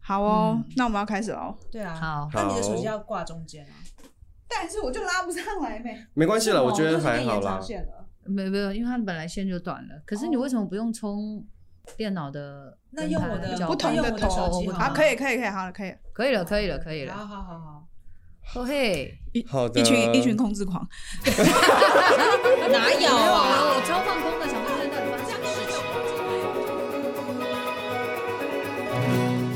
好哦，那我们要开始喽。对啊，好，那你的手机好要挂中间啊，但是我就拉不上来呗。没关系了，我觉哦得就是变还好延啦长。线了。没没有，因为它本来线就短了。可是你哦为什么不用充电脑的那跟用它我的交不同换的用我的手头机不好同啊，吗可以，可以，可以，好了，可以了。可以了，可以了，可以好了。好好好，哦嘿，好的，一群一群控制狂，哪有没有啊？我超放空的，想说现在到底发生什么事情？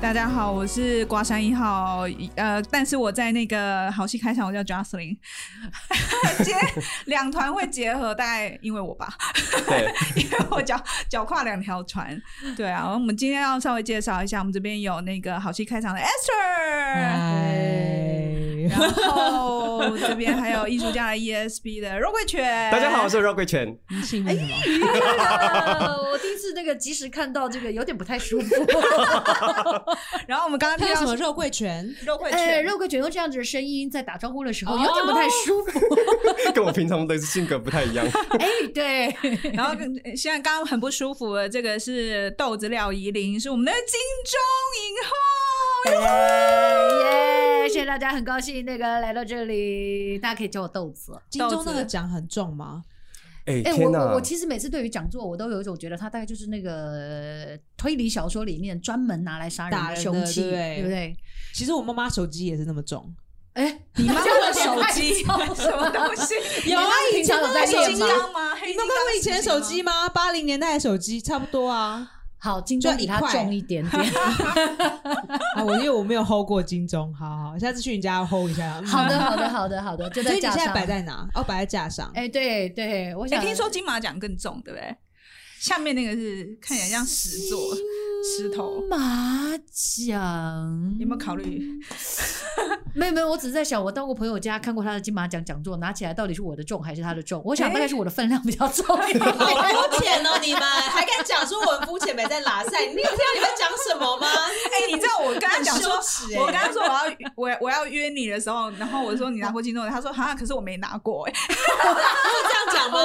大家好，我是瓜山一号，呃，但是我在那个好戏开场，我叫 Jocelyn。今天两团会结合，大概因为我吧， 对，因为我脚脚跨两条船。对啊，我们今天要稍微介绍一下，我们这边有那个好戏开场的嗯 Esther，哎，然后这边还有艺术家的 ESB 的肉桂犬。大家好，我是肉桂犬。幸运吗？ 我第一次那个及时看到这个，有点不太舒 服。然后我们刚刚他啊听有到什么肉桂拳？肉桂哎，犬，肉桂卷用这样子的声音在打招呼的时候，哦有点不太舒 服。跟我平常的性格不太一样。哎， 对，然后跟现在刚刚很不舒服的这个是豆子廖怡玲，是我们的金钟影后。哎哎耶，谢谢大家，很高兴那个来到这里，大家可以叫我豆子。金钟那个奖很重吗？哎、哎、天我哪！我我其实每次对于讲座，我都有一种觉得它大概就是那个推理小说里面专门拿来杀人打的人凶的器，对不对不对？其实我妈妈手机也是那么重，哎、 你妈妈的这个手机也太重什么东西？有啊你妈妈以平前常有在在练金吗？刚吗？黑你金们刚跟我以时前期吗手机？吗？八零年代的手机差不多 啊。 好，金钟比它就一块重一点 点。啊，我因为我没有 hold 过金钟，好好，下次去你家 hold 一下。嗯好的，好的，好的，好的，就所以在架你现上。在摆在哪？哦，摆在架上。哎、对对，我哎，想、听说金马奖更重，对不对？下面那个是看起来像石做石头，马奖你有没有考虑？没有没有，我只是在想，我到过朋友家看过他的金马奖讲座，拿起来到底是我的重还是他的重？我哎想大概是我的分量比较重一点。好肤浅哦，你们还敢讲说我们肤浅没在拉塞？你有听到你们讲什么吗？哎，你知道我跟他讲说很羞耻，欸我跟他说我要约我我要约你的时候，然后我说你拿过金钟，他说哈，可是我没拿过，哎，这样讲吗？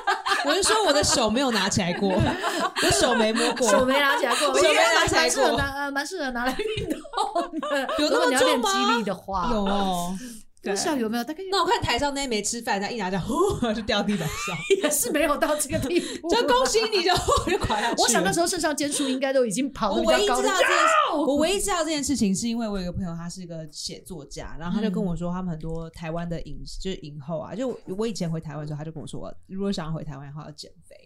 我是说我的手没有拿起来 过，我手没摸过，手没拿起来 过，手没拿起来过蛮适合拿，呃蛮适合拿来运动的。 有如那么果你要重练吗肌力的话，有哦。对不知道有没有？大概那我看台上那没吃饭，他一拿着呼就掉地板 上， 也是没有到这个地 步。就恭喜你就就垮下去了。我想那时候肾上腺素应该都已经跑我得比唯一较知道高的。这件，哦我唯一知道这件事情，是因为我有一个朋友，他是一个写作家，然后他就跟嗯我说，他们很多台湾的影就是影后啊，就我以前回台湾的时候，他就跟我说，如果想要回台湾的话要减肥。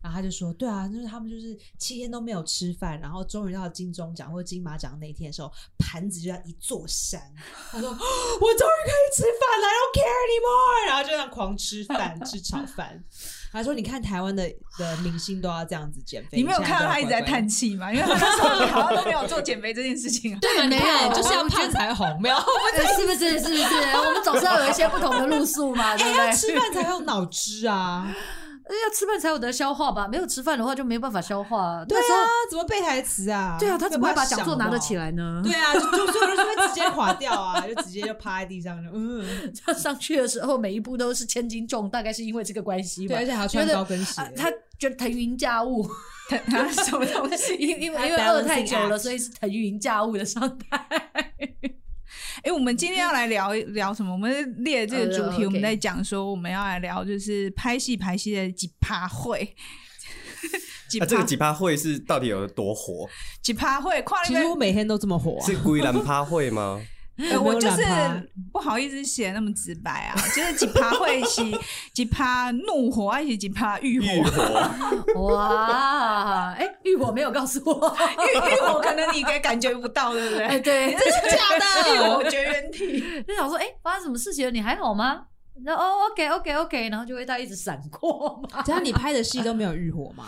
然后他就说：“对啊，就是他们就是七天都没有吃饭，然后终于到金钟奖或金马奖那一天的时候，盘子就像一座山。 他说：‘我终于可以吃饭了，I don't care anymore。’然后就这样狂吃饭，吃炒饭。他说：‘你看台湾的的明星都要这样子减 肥。’你没有看到他一直在叹气。叹气吗？因为他那时候好像都没有做减肥这件事情啊。对，没有，就是要拍胖，才红，没有哎是不是？是不是？ 我们总是要有一些不同的路数嘛，对不对？要哎吃饭才有脑汁 啊！要吃饭才有得消化吧，没有吃饭的话就没办法消化。对那时候啊，怎么背台词啊？对啊，他怎么会把讲座拿得起来？来呢？对啊，就就所有人就会直接垮掉啊， 就直接就趴在地上就 嗯， 他上去的时候每一步都是千斤重，大概是因为这个关系吧。对，而且还要穿高跟鞋啊，，他觉得腾云驾雾，他什么东西？因因为因为 Balancing 饿太久了， act 所以是腾云驾雾的上台。哎、我们今天要来聊聊什么？我们列这个主呃题， ，OK 我们在讲说我们要来聊就是拍戏排戏的几趴会， 几啊，趴、这个几趴会是到底有多火？几趴会跨其那实边我每天都这么火啊，是龟兰趴会吗？呃，我就有是没有懒趴不好意思写那么直白啊，就是几趴会是几趴怒火，还是几趴欲火？ 欲欲 火，哇，哎、玉火没有告诉我，欲火可能你给感觉不到，对不 哎、对？对，假 的， 欲火绝缘体。就想说，哎、发生什么事情了？你还好吗？然后哦，OK OK OK，然后就会他一直闪过嘛。只要你拍的戏都没有日火吗？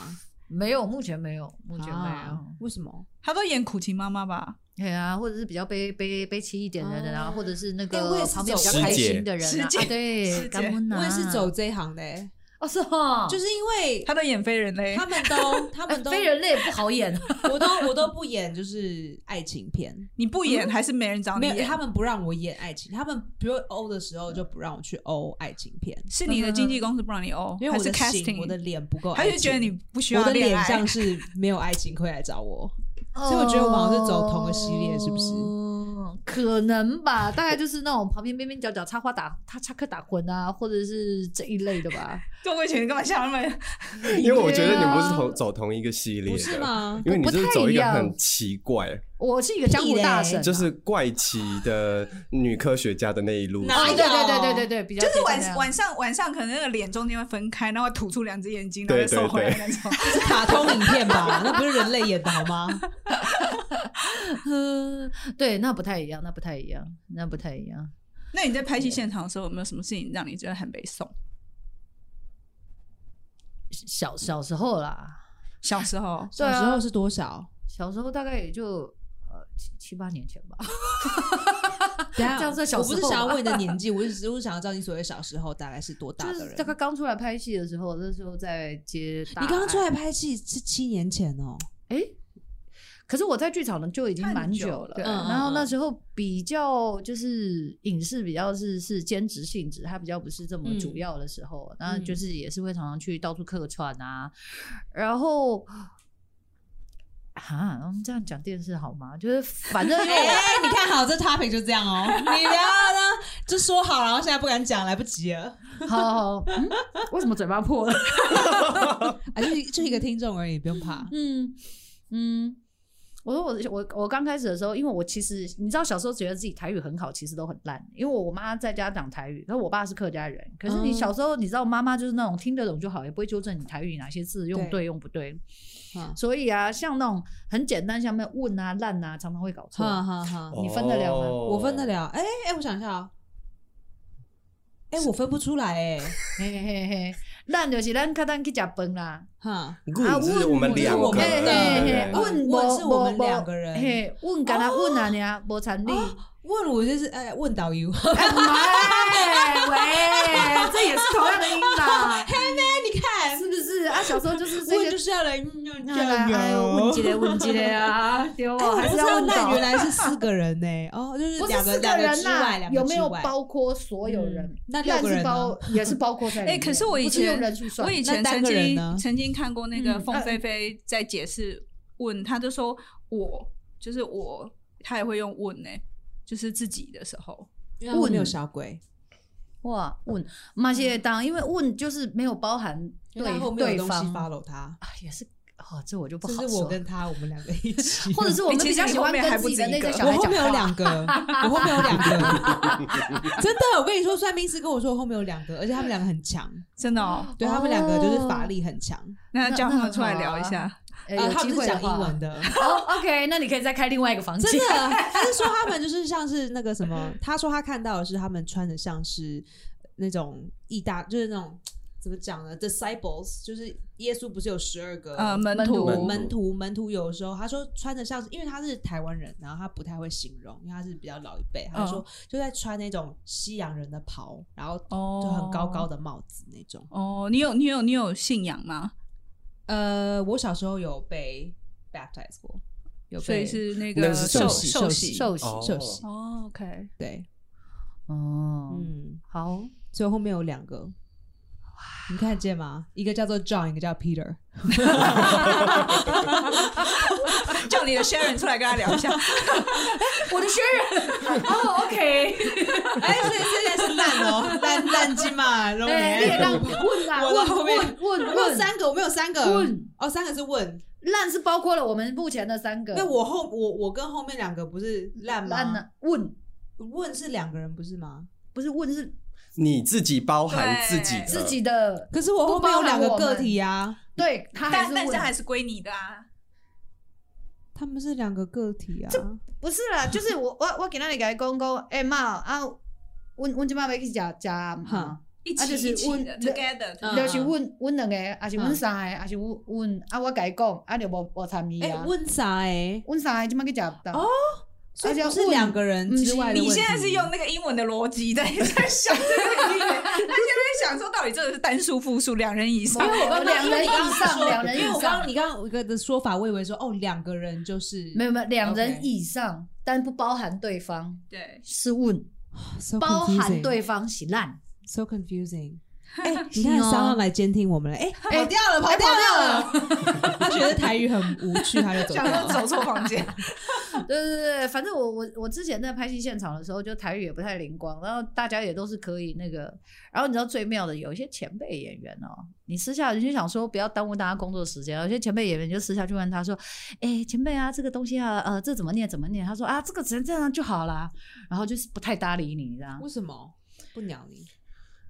没有，目前没有，目前没有。啊为什么？他都演苦情妈妈吧？对啊，或者是比较悲悲悲戚一点的人啊，哦或者是那哎我也个是旁边有比走较开师姐心的人师啊，姐啊师姐对，干温我啊，也是走这一行的欸、哦是哈，就是因 为他都演非人类他，们都他哎们 都，非人类不好演，我都我都不演就是爱情片，你不演还是没人找你没有演？他们不让我演爱情，他们比如欧的时候就不让我去欧爱情片，是你的经纪公司不让你欧，嗯因为还我是的型 casting，我的脸不够爱他就情，觉得你不需要我的恋脸爱 上是没有爱情会来找我，所以我觉得我们好像是走同个系列是不是哦可能吧，大概就是那种旁边边边角角插花打他插科打诨啊，或者是这一类的吧。做过前干嘛想那么？因为我觉得你对啊们不是同走同一个系列不的，是吗？因为你不就是太走一一个样很奇怪，我是一个江湖大神啊，就是怪奇的女科学家的那一路。哪哦，有对对对对对对，比较就是接近晚那样晚上晚上可能那个脸中间会分开，然后吐出两只眼睛，然后对再收回来那 种。 这是卡通影片吧？那不是人类演的好吗？嗯对，那不太一样，那不太一样，那不太一样。那你在拍戏现场的时候，有没有什么事情让你觉得很悲痛？小小时候啦，小时候，对小啊时候是多少？小时候大概也就呃七七八年前吧。等一下这样算小时候啊我不是吧想要问你的年纪，我是我是想要知道你所谓小时候大概是多大就的是人。大概刚出来拍戏的时候，那时候在接大你刚刚出来拍戏是七年前哦，哎、可是我在剧场呢就已经看蛮久久了了，对嗯嗯然后那嗯时候比较就是影视比较是是兼职性质，它比较不是这么嗯主要的时候，那就嗯是也是会常常去到处客串啊，然后。哈，我们这样讲电视好吗？就是反正因为 我哎，你看好这 topic 就这样哦，你不要呢就说好，然后现在不敢讲，来不及了，好好好、嗯，为什么嘴巴破了？啊，就是就一个听众而已，不用怕。嗯嗯，我说我我我刚开始的时候，因为我其实你知道小时候觉得自己台语很好，其实都很烂，因为我妈在家讲台语，可是我爸是客家人，可是你嗯小时候你知道妈妈就是那种听得懂就好，也不会纠正你台语哪些字用对对用不对，嗯所以啊，像那种很简单像那种问啊烂啊，常常会搞错。哈哈哈， 你分得了吗哦我分得。了。哎哎，我想一下哦，哎，我分不出来哎，嘿嘿嘿嘿，烂就是咱卡咱去食饭啦，啊哈，棍子是我们两啊我个们嘿的嘿嘿人，哦问问无是我们无无两个人哦嘿，问干那问啊你啊，无成立。问我就是哎，问导游， 哎喂，这也是同样的音啦，你看，是不是？啊，小时候就是这问就个。是要来嗯这哎呀样哎呦， 问哦几嘞，问几嘞啊，对哦哎，我还不是知要道问那到原。来 是四个人呢，哦，就是不是两个四两个人之外，呐两，有个没之有外。包括所有人嗯？那六烂个人是呢包也是包括在里面。哎可是我以不用前人去算我以前那曾单个人呢经曾经看过那个嗯凤呃飞飞在解释问，他就说我就是我，他也会用问呢、就是自己的时候，因为我没有小鬼，哇问马些当，因为问就是没有包含因为他后对面对有东西方 follow 他，啊，也是哦，这我就不就好是我说。跟他我们两个一起，或者 是我们哎其比实较你喜后欢面还跟不自己止的一那个个小我孩后讲面有话。两个，我后面有两个， 真的，我跟你说，算命师跟我说我后面有两个，而且他们两个很强，真的哦。对哦他们两个就是法力很强，那那叫他那们很出来好聊一啊下。哦哎呃，有他机们会是的讲话英文的。哦，OK，那你可以再开另外一个房间。真的，他是说他们就是像是那个 什么，他说他看到的是他们穿的像是那种意大，就是那种怎么讲呢？disciples，就是耶稣不是有十二个呃，门门徒徒门徒门徒有的时候，他说穿的像是，因为他是台湾人，然后他不太会形容，因为他是比较老一辈，他就说嗯就在穿那种西洋人的袍，然后哦就很高高的帽子那种。哦，你有你有你有信仰吗？呃，我小时候有被 baptized 过，有所以被是那那个个是受受洗受洗受呃受洗洗 哦受洗，哦，OK，对，哦，嗯，好，所以后面有两个。你看得见吗？一个叫做 John，一个叫 Peter。 叫你的 Sharon 出来跟他聊一下。 我的学人， 哦，OK， 哎，所以这件是烂哦，烂烂鸡 嘛，龙哎，你也让问啊，我的后问面问问我有问，三个，我没有三个。问哦，三个是问。烂是包括了我们目前的三个，那我后我我跟后面两个不是烂吗？烂呢？问问是两个人不是吗？不是问是你自己包含自己的自己的，可是我后面有两个个体啊，对 他还但是但是还问，是归你的啊。他们是两个个体啊。不是 啦，就是我我我给那里给公公，哎妈啊，问问今晚要去吃吃嘛哈。一啊起就是一起的问，together，嗯就是阮阮两个，也是阮三个，也是阮阮啊，我甲伊讲，啊，就无无参与哎啊，。问啥哎？阮三个即摆去食饭。哦所而且以要不是问两个人之外的你问现在题是用那个英文的逻辑在在想这个语言，他现在在想说到底这个是单数、复数、两人以上 因。为我刚们刚两人以上，两人因为以我刚上刚，你刚刚有一个的说法，我以为说哦，两个人就是没有没有，两人 OK 以上，但不包含对方对，是问， So 包含 confusing 对方是烂， ，so confusing。哎， 你看哦三号来监听我们了，哎，哎跑掉了，跑掉了。他觉得台语很无趣，他就走掉想说了。走错房 间， 对对对对，反正我我我之前在拍戏现场的时候，就台语也不太灵光，然后大家也都是可以那个，然后你知道最妙的，有一些前辈演员哦，你私下你就想说不要耽误大家工作时间，有些前辈演员就私下去问他说，哎，前辈啊，这个东西啊，呃，这怎么念怎么念？他说啊，这个只能这样就好啦，然后就是不太搭理你，你知道吗 为？什么不鸟你？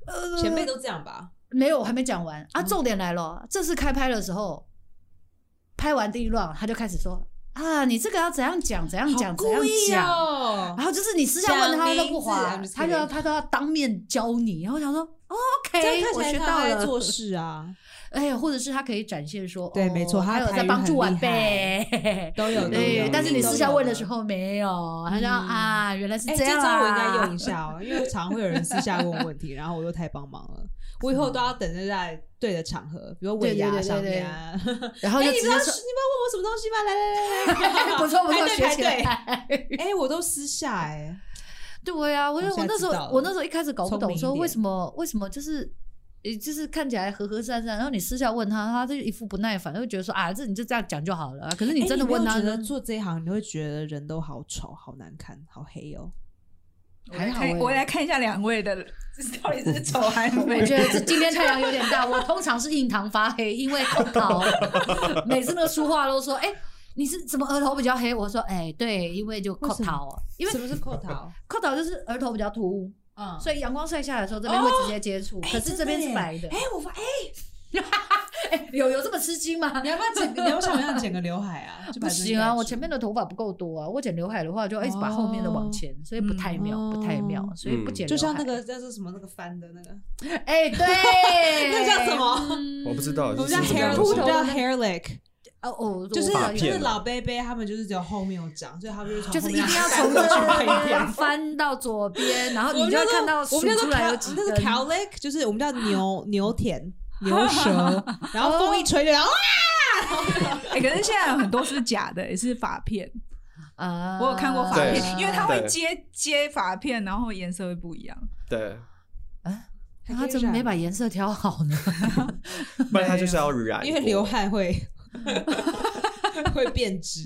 呃前辈都这样吧？没有，我还没讲完嗯啊。重点来了，正式开拍的时候，拍完第一 round，他就开始说啊，你这个要怎样讲，怎样讲，好怎样故意讲。哦然。后就是你私下问他，讲他名都不字啊滑，I'm，just 他就要他都要当面教你。然后我想说哦这，OK，样我看起学来到他在了。做事啊， 哎呀，或者是他可以展现说，对哦没错他他有台在语帮很助晚厉辈。 都有都有对，但是你私下问的时，都有候没有，他说嗯啊，原来是哎，这这样招我应该啊用一下哦，因为常会有人私下问我问题，然后我都太帮忙了。我以后都要等着在对的场合，比如对尾对牙对对上对面 啊， 然后哎就你直知接道是说， 哎你们要问哎我什么东西吗？来来来来来，不错不错，排队学起。排队来。 哎，我都私下哎，对呀、我就我我现在那时候知道了我那时候一开始搞不聪懂，明一说为点什么为什么就是。也就是看起来和和善善，然后你私下问他，他就一副不耐烦，就觉得说啊，这你就这样讲就好了啊。可是你哎真的没有问他觉得呢，做这一行，你会觉得人都好丑、好难看、好黑哦。还我好、来欸。看我来看一下两位的到底是丑还是美我。觉得这今天太阳有点大，我通常是印堂发黑，因 为口头每次那个书画都说，哎、你是怎么额头比较黑？我说，哎、对，因为就口为什么头，因为什么是扣 桃？口头就是额头比较突兀，嗯，所以阳光晒下来的时候，这边会直接接触，哎可是这边是白的。 哎，我发哎，哎有有这么吃惊吗？你要不要剪？你要不想不想剪个刘海啊？就把不这个行啊，盖我住前面的头发不够多啊，我剪刘海的话就要一直把后面的往前，所以不太妙，嗯不太妙，所以不剪。就像那，个叫做什么那个翻的那个， 哎，对， 那那叫什？么？我不知道，我这们叫是什么 hair，样的秃我东头啊们西叫 hair lick，哦哦，就是我不知道就片是啊老贝贝他们就是只有后面有长，所以他们就从就是后一面定要翻从过去这配 一边点。翻到左边，然后我你们就叫会做看到我数们叫做出来有 cow，几那根是。cow lick，就是我们叫牛牛田、牛舌，然后风一吹就然后 哎，可是现在有很多是假的，也是发片。啊我有看过发片，对因为它会对接接发片，然后颜色会不一样。对，还可他以怎么没染把颜色调好呢？不然它就是要染 过，因为刘海会会变直。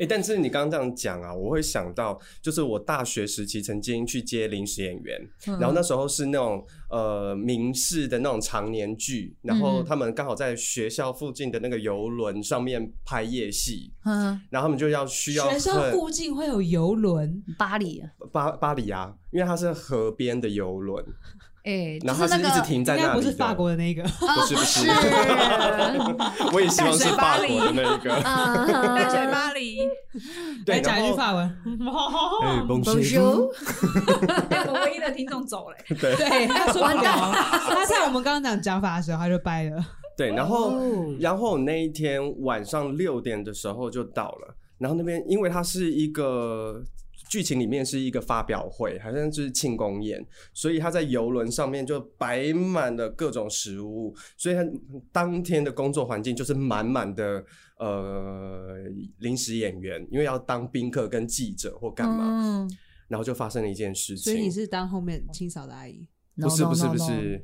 哎、但是你刚刚这样讲啊，我会想到，就是我大学时期曾经去接临时演员， 嗯然后那时候是那种呃民视的那种常年剧，然后嗯他们刚好在学校附近的那个游轮上面拍夜戏，嗯，然后他们就要需要学校很附近会有游轮，巴黎啊，巴巴黎啊，因为它是河边的游轮，哎，然就后它那是一直个停应在该那不里的，是法国的那个。不是不是， 我也希望是法国的那 一 个。啊淡水巴黎，对，来讲一然句后法 哦文。哎，蒙不西夫，哎我唯一的听众 走了。欸对对，他说不了。他在我们刚刚讲讲法的时候，他就掰了。对，然后哦然后我那一天晚上六点的时候就到了，然后那边因为它是一个剧情里面是一个发表会，好像是庆功宴，所以它在游轮上面就摆满了各种食物，所以它当天的工作环境就是满满的呃临时演员，因为要当宾客跟记者或干嘛，嗯然后就发生了一件事所情。以你是当后面清扫的阿姨。不是不是不是，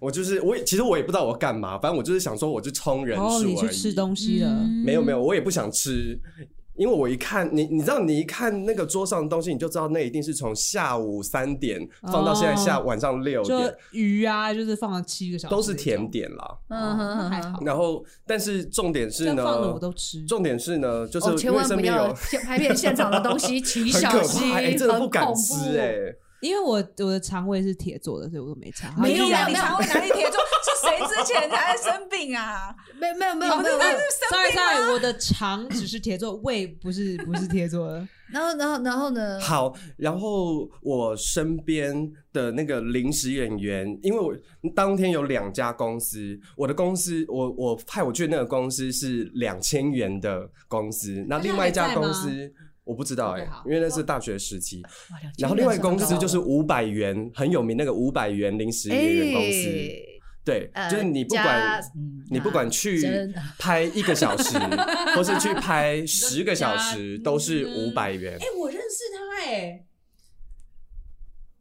我就是我也其实我也不知道我干嘛，反正我就是想说我去冲人数而哦，已。你去吃东西了。没有嗯没有，我也不想吃，因为我一看你，你知道你一看那个桌上的东西，你就知道那一定是从下午三点放到现在哦下晚上六就点，鱼啊，就是放了七个小时，都是甜。点啦。嗯哼那还哼好。然后，但是重点是这呢，放的我都吃。重点是呢，就哦，是千因为万身不边要有 现拍片现场的东 西，请很小可心，怕，哎，真的很不恐敢怖吃哎。因为我我的肠胃是铁做的，所以我都没擦。没有你啊你没有肠胃哪里铁柱？是谁之前才生病啊？没有没有没有没有。你们真的是生 sorry 病啊！ sorry，我的肠只是铁做，胃不是不是铁做的。然后然后然后呢？好，然后我身边的那个临时演员，因为我当天有两家公司，我的公司，我啊我派我去的那个公司是两千元的公司，那另外一家公那司我不知道哎、 OK，好因为那是大学时期。哇两千然后另外元公真的司高就是五百元，很有名那个五百元零食业员公司，哎对，呃就是你不管加嗯你不管去真的拍一个 小时，或是去拍十个小时，都是五 百元哎、。我认识他哎、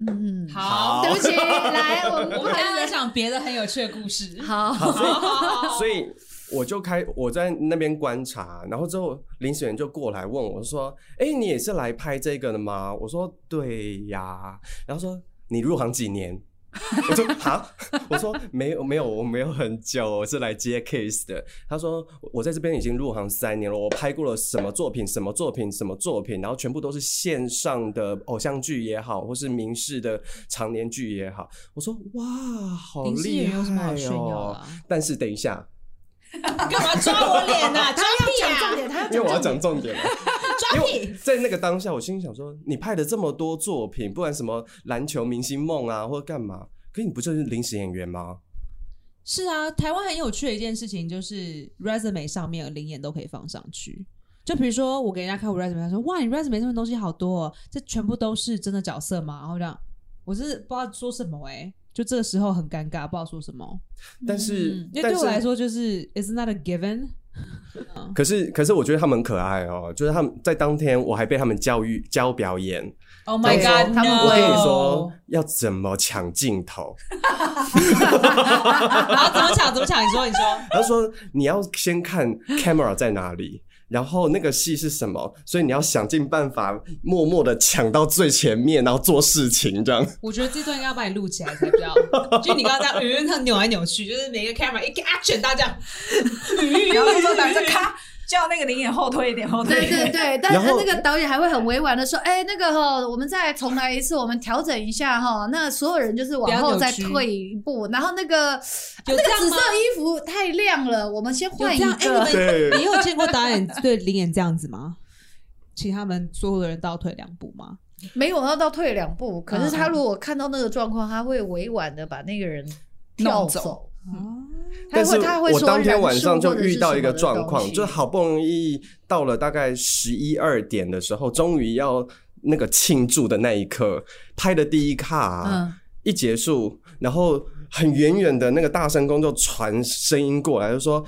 嗯，好对不起，来，我们我不好们刚刚意在思，讲别的很有趣的故事。好，好，所哦以所以我就开我在那边观察，然后之后林始源就过来问我说：“哎、你也是来拍这个的吗？”我说：“对呀。”然后说：“你入行几年？” 我说好，我说没有没有，我没有很久，我是来接 case 的。他说我在这边已经入行三年了，我拍过了什么作品，什么作品，什么作品，然后全部都是线上的偶像剧也好，或是民视的长年剧也好。我说哇，好林志厉颖害有什么好炫耀哦啊！但是等一 下，干嘛抓我脸呐、抓屁讲重啊！点，他要因为我要讲重讲点。重点了。因抓为屁！在那个当下，我心里想说，你拍了这么多作品，不管什么篮球明星梦啊，或者干嘛，可你不就是临时演员吗？是啊，台湾很有趣的一件事情就是 resume 上面灵眼都可以放上去。就比如说我给人家看我 resume，他说：“哇，你 resume 上面东西好多、哦，这全部都是真的角色吗？”然后这样，我是不知道说什么哎、就这个时候很尴尬，不知道说什么。但是，嗯因为但对是我来，说就是 is not a given。可是可是我觉得他们很可爱哦、就是他们在当天，我还被他们教育教表演。 Oh my god，他们我会跟你说，要怎么抢镜头。 然后怎么抢怎么抢？你说你说，他说你要先看 camera 在哪里，然后那个戏是什么，所以你要想尽办法默默的抢到最前面，然后做事情这样。我觉得这段应该要把你录起来才比较。就你刚刚这样，嗯，他扭来扭去，就是每个 camera 一个 action，大家然后那时候导演就咔叫那个林演后退一点，后退 对一点。对对，但是然后那个导演还会很委婉的说：“哎，那个哈，我们再重来一次，我们调整一下哈。那所有人就是往后再退一步，然后那个那有个这样紫吗色衣服太亮了，我们先有换这一样。哎、个。你对 们你有见过导演对林演这样子吗？请他们所有的人倒退两步吗？没有要到退两步，可是他嗯如果看到那个状况，他会委婉的把那个人跳弄走走。”哦，他但会是他会我说当天人晚数上就或者遇是到什一个么的状东况，西就好不容易到了大概十一二点的时候，终于要那个庆祝的那一刻，拍的第一卡、嗯，一结束，然后很远远的那个大声公就传声音过来，就说。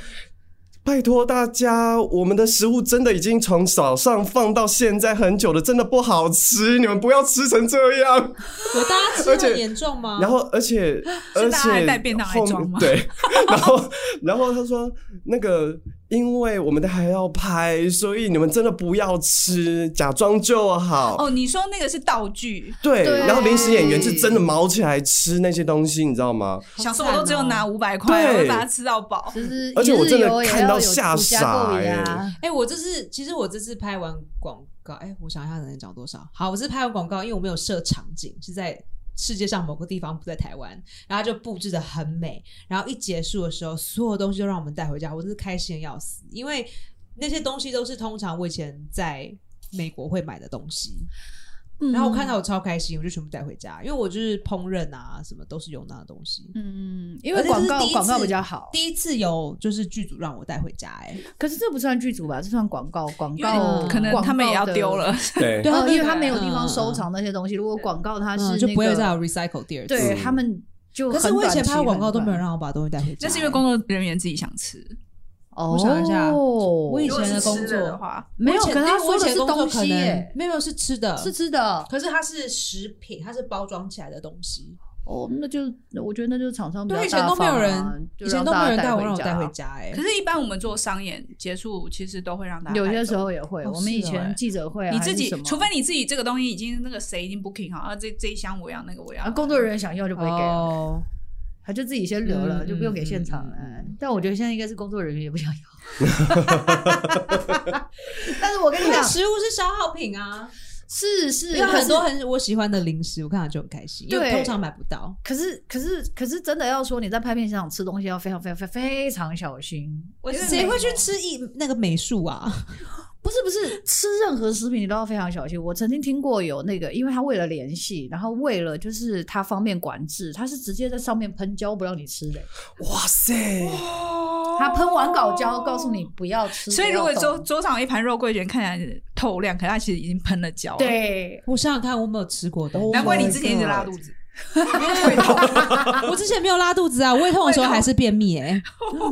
拜托大家，我们的食物真的已经从早上放到现在很久了，真的不好吃，你们不要吃成这样。有大家而吃且很严重啊吗？然后，而且，而是大家还且带便当来后装吗 对，然后， 然后他说那个，因为我们的还要拍，所以你们真的不要吃，假装就好。哦，你说那个是道具，对，对啊然后临时演员是真的毛起来吃那些东西，你知 道吗？想说我都只有哦哦拿五百块，对我会把它吃到饱。就是而且一我日真的游也看要到有吓附加傻购礼欸啊哎、我这次其实我这次拍完广告，哎、我想一下能讲多少？好，我是拍完广告，因为我没有设场景，是在世界上某个地方，不在台湾，然后就布置的很美。然后一结束的时候，所有东西都让我们带回家，我真是开心的要死，因为那些东西都是通常我以前在。美国会买的东西，嗯然后我看到我超开心，我就全部带回家，因为我就是烹饪啊，什么都是用那的东西。嗯，因而为且这广是告第一广告次比较好，第一次有就是剧组让我带回家、 哎，可是这不算剧组吧？这算广告广因告，嗯为可能广他们也告要的丢了。，对对哦，因为他们没有地方收嗯藏那些东西。如果广告它是嗯，就那不会个再有 recycle 第二次。对嗯他们就可是很我以短前期拍广很告都没有短让我把东西带回家，那是因为工作人员自己想吃。哦，我想一下我以如果前的是工吃作了的话，没有，我可以前是他因为我说以的前是工作东可西能耶，没有没有是吃的，是吃的可是它是食品，它是包装起来的东西。哦，那就我觉得那就是厂商比较对，以前大都没有方啊人，就以前让都没大家有人带我回让我家带回家，哎可，是，一般我们做商演结束，其实都会让大家有些带走时候也会，哦我们以是哦前哎记者会啊，你还自是己什么，除非你自己这个东西已经那个谁已经 booking 好，啊，这这一箱我要，那个我要啊，工作人员想要就不会给了，哦，他就自己先留了，嗯就不用给现场嗯了嗯嗯嗯。但我觉得现在应该是工作人员也不想要。 但是我跟你因为讲，啊食物是消耗品啊，是啊是有可很是多很我喜欢的零食，我看了就很开心，因为对通常买不到。可是可是可是真的要说你在拍片现场吃东西要非常非常非常非常小心。我是谁会去吃一那个美术啊？ 不是不是，吃任何食品你都要非常小心。我曾经听过有那个，因为他为了联系，然后为了就是他方便管制，他是直接在上面喷胶不让你吃的。哇塞，他喷完稿胶告诉你不要吃。哦所以不要如果动桌桌上有一盘肉桂卷，看起来透亮，可它其实已经喷了胶。，对，我想想看，我没有吃过东西，？Oh 难怪你之前一直拉肚子。 我之前没有拉肚子啊，胃痛的时哦候还是便 秘哎、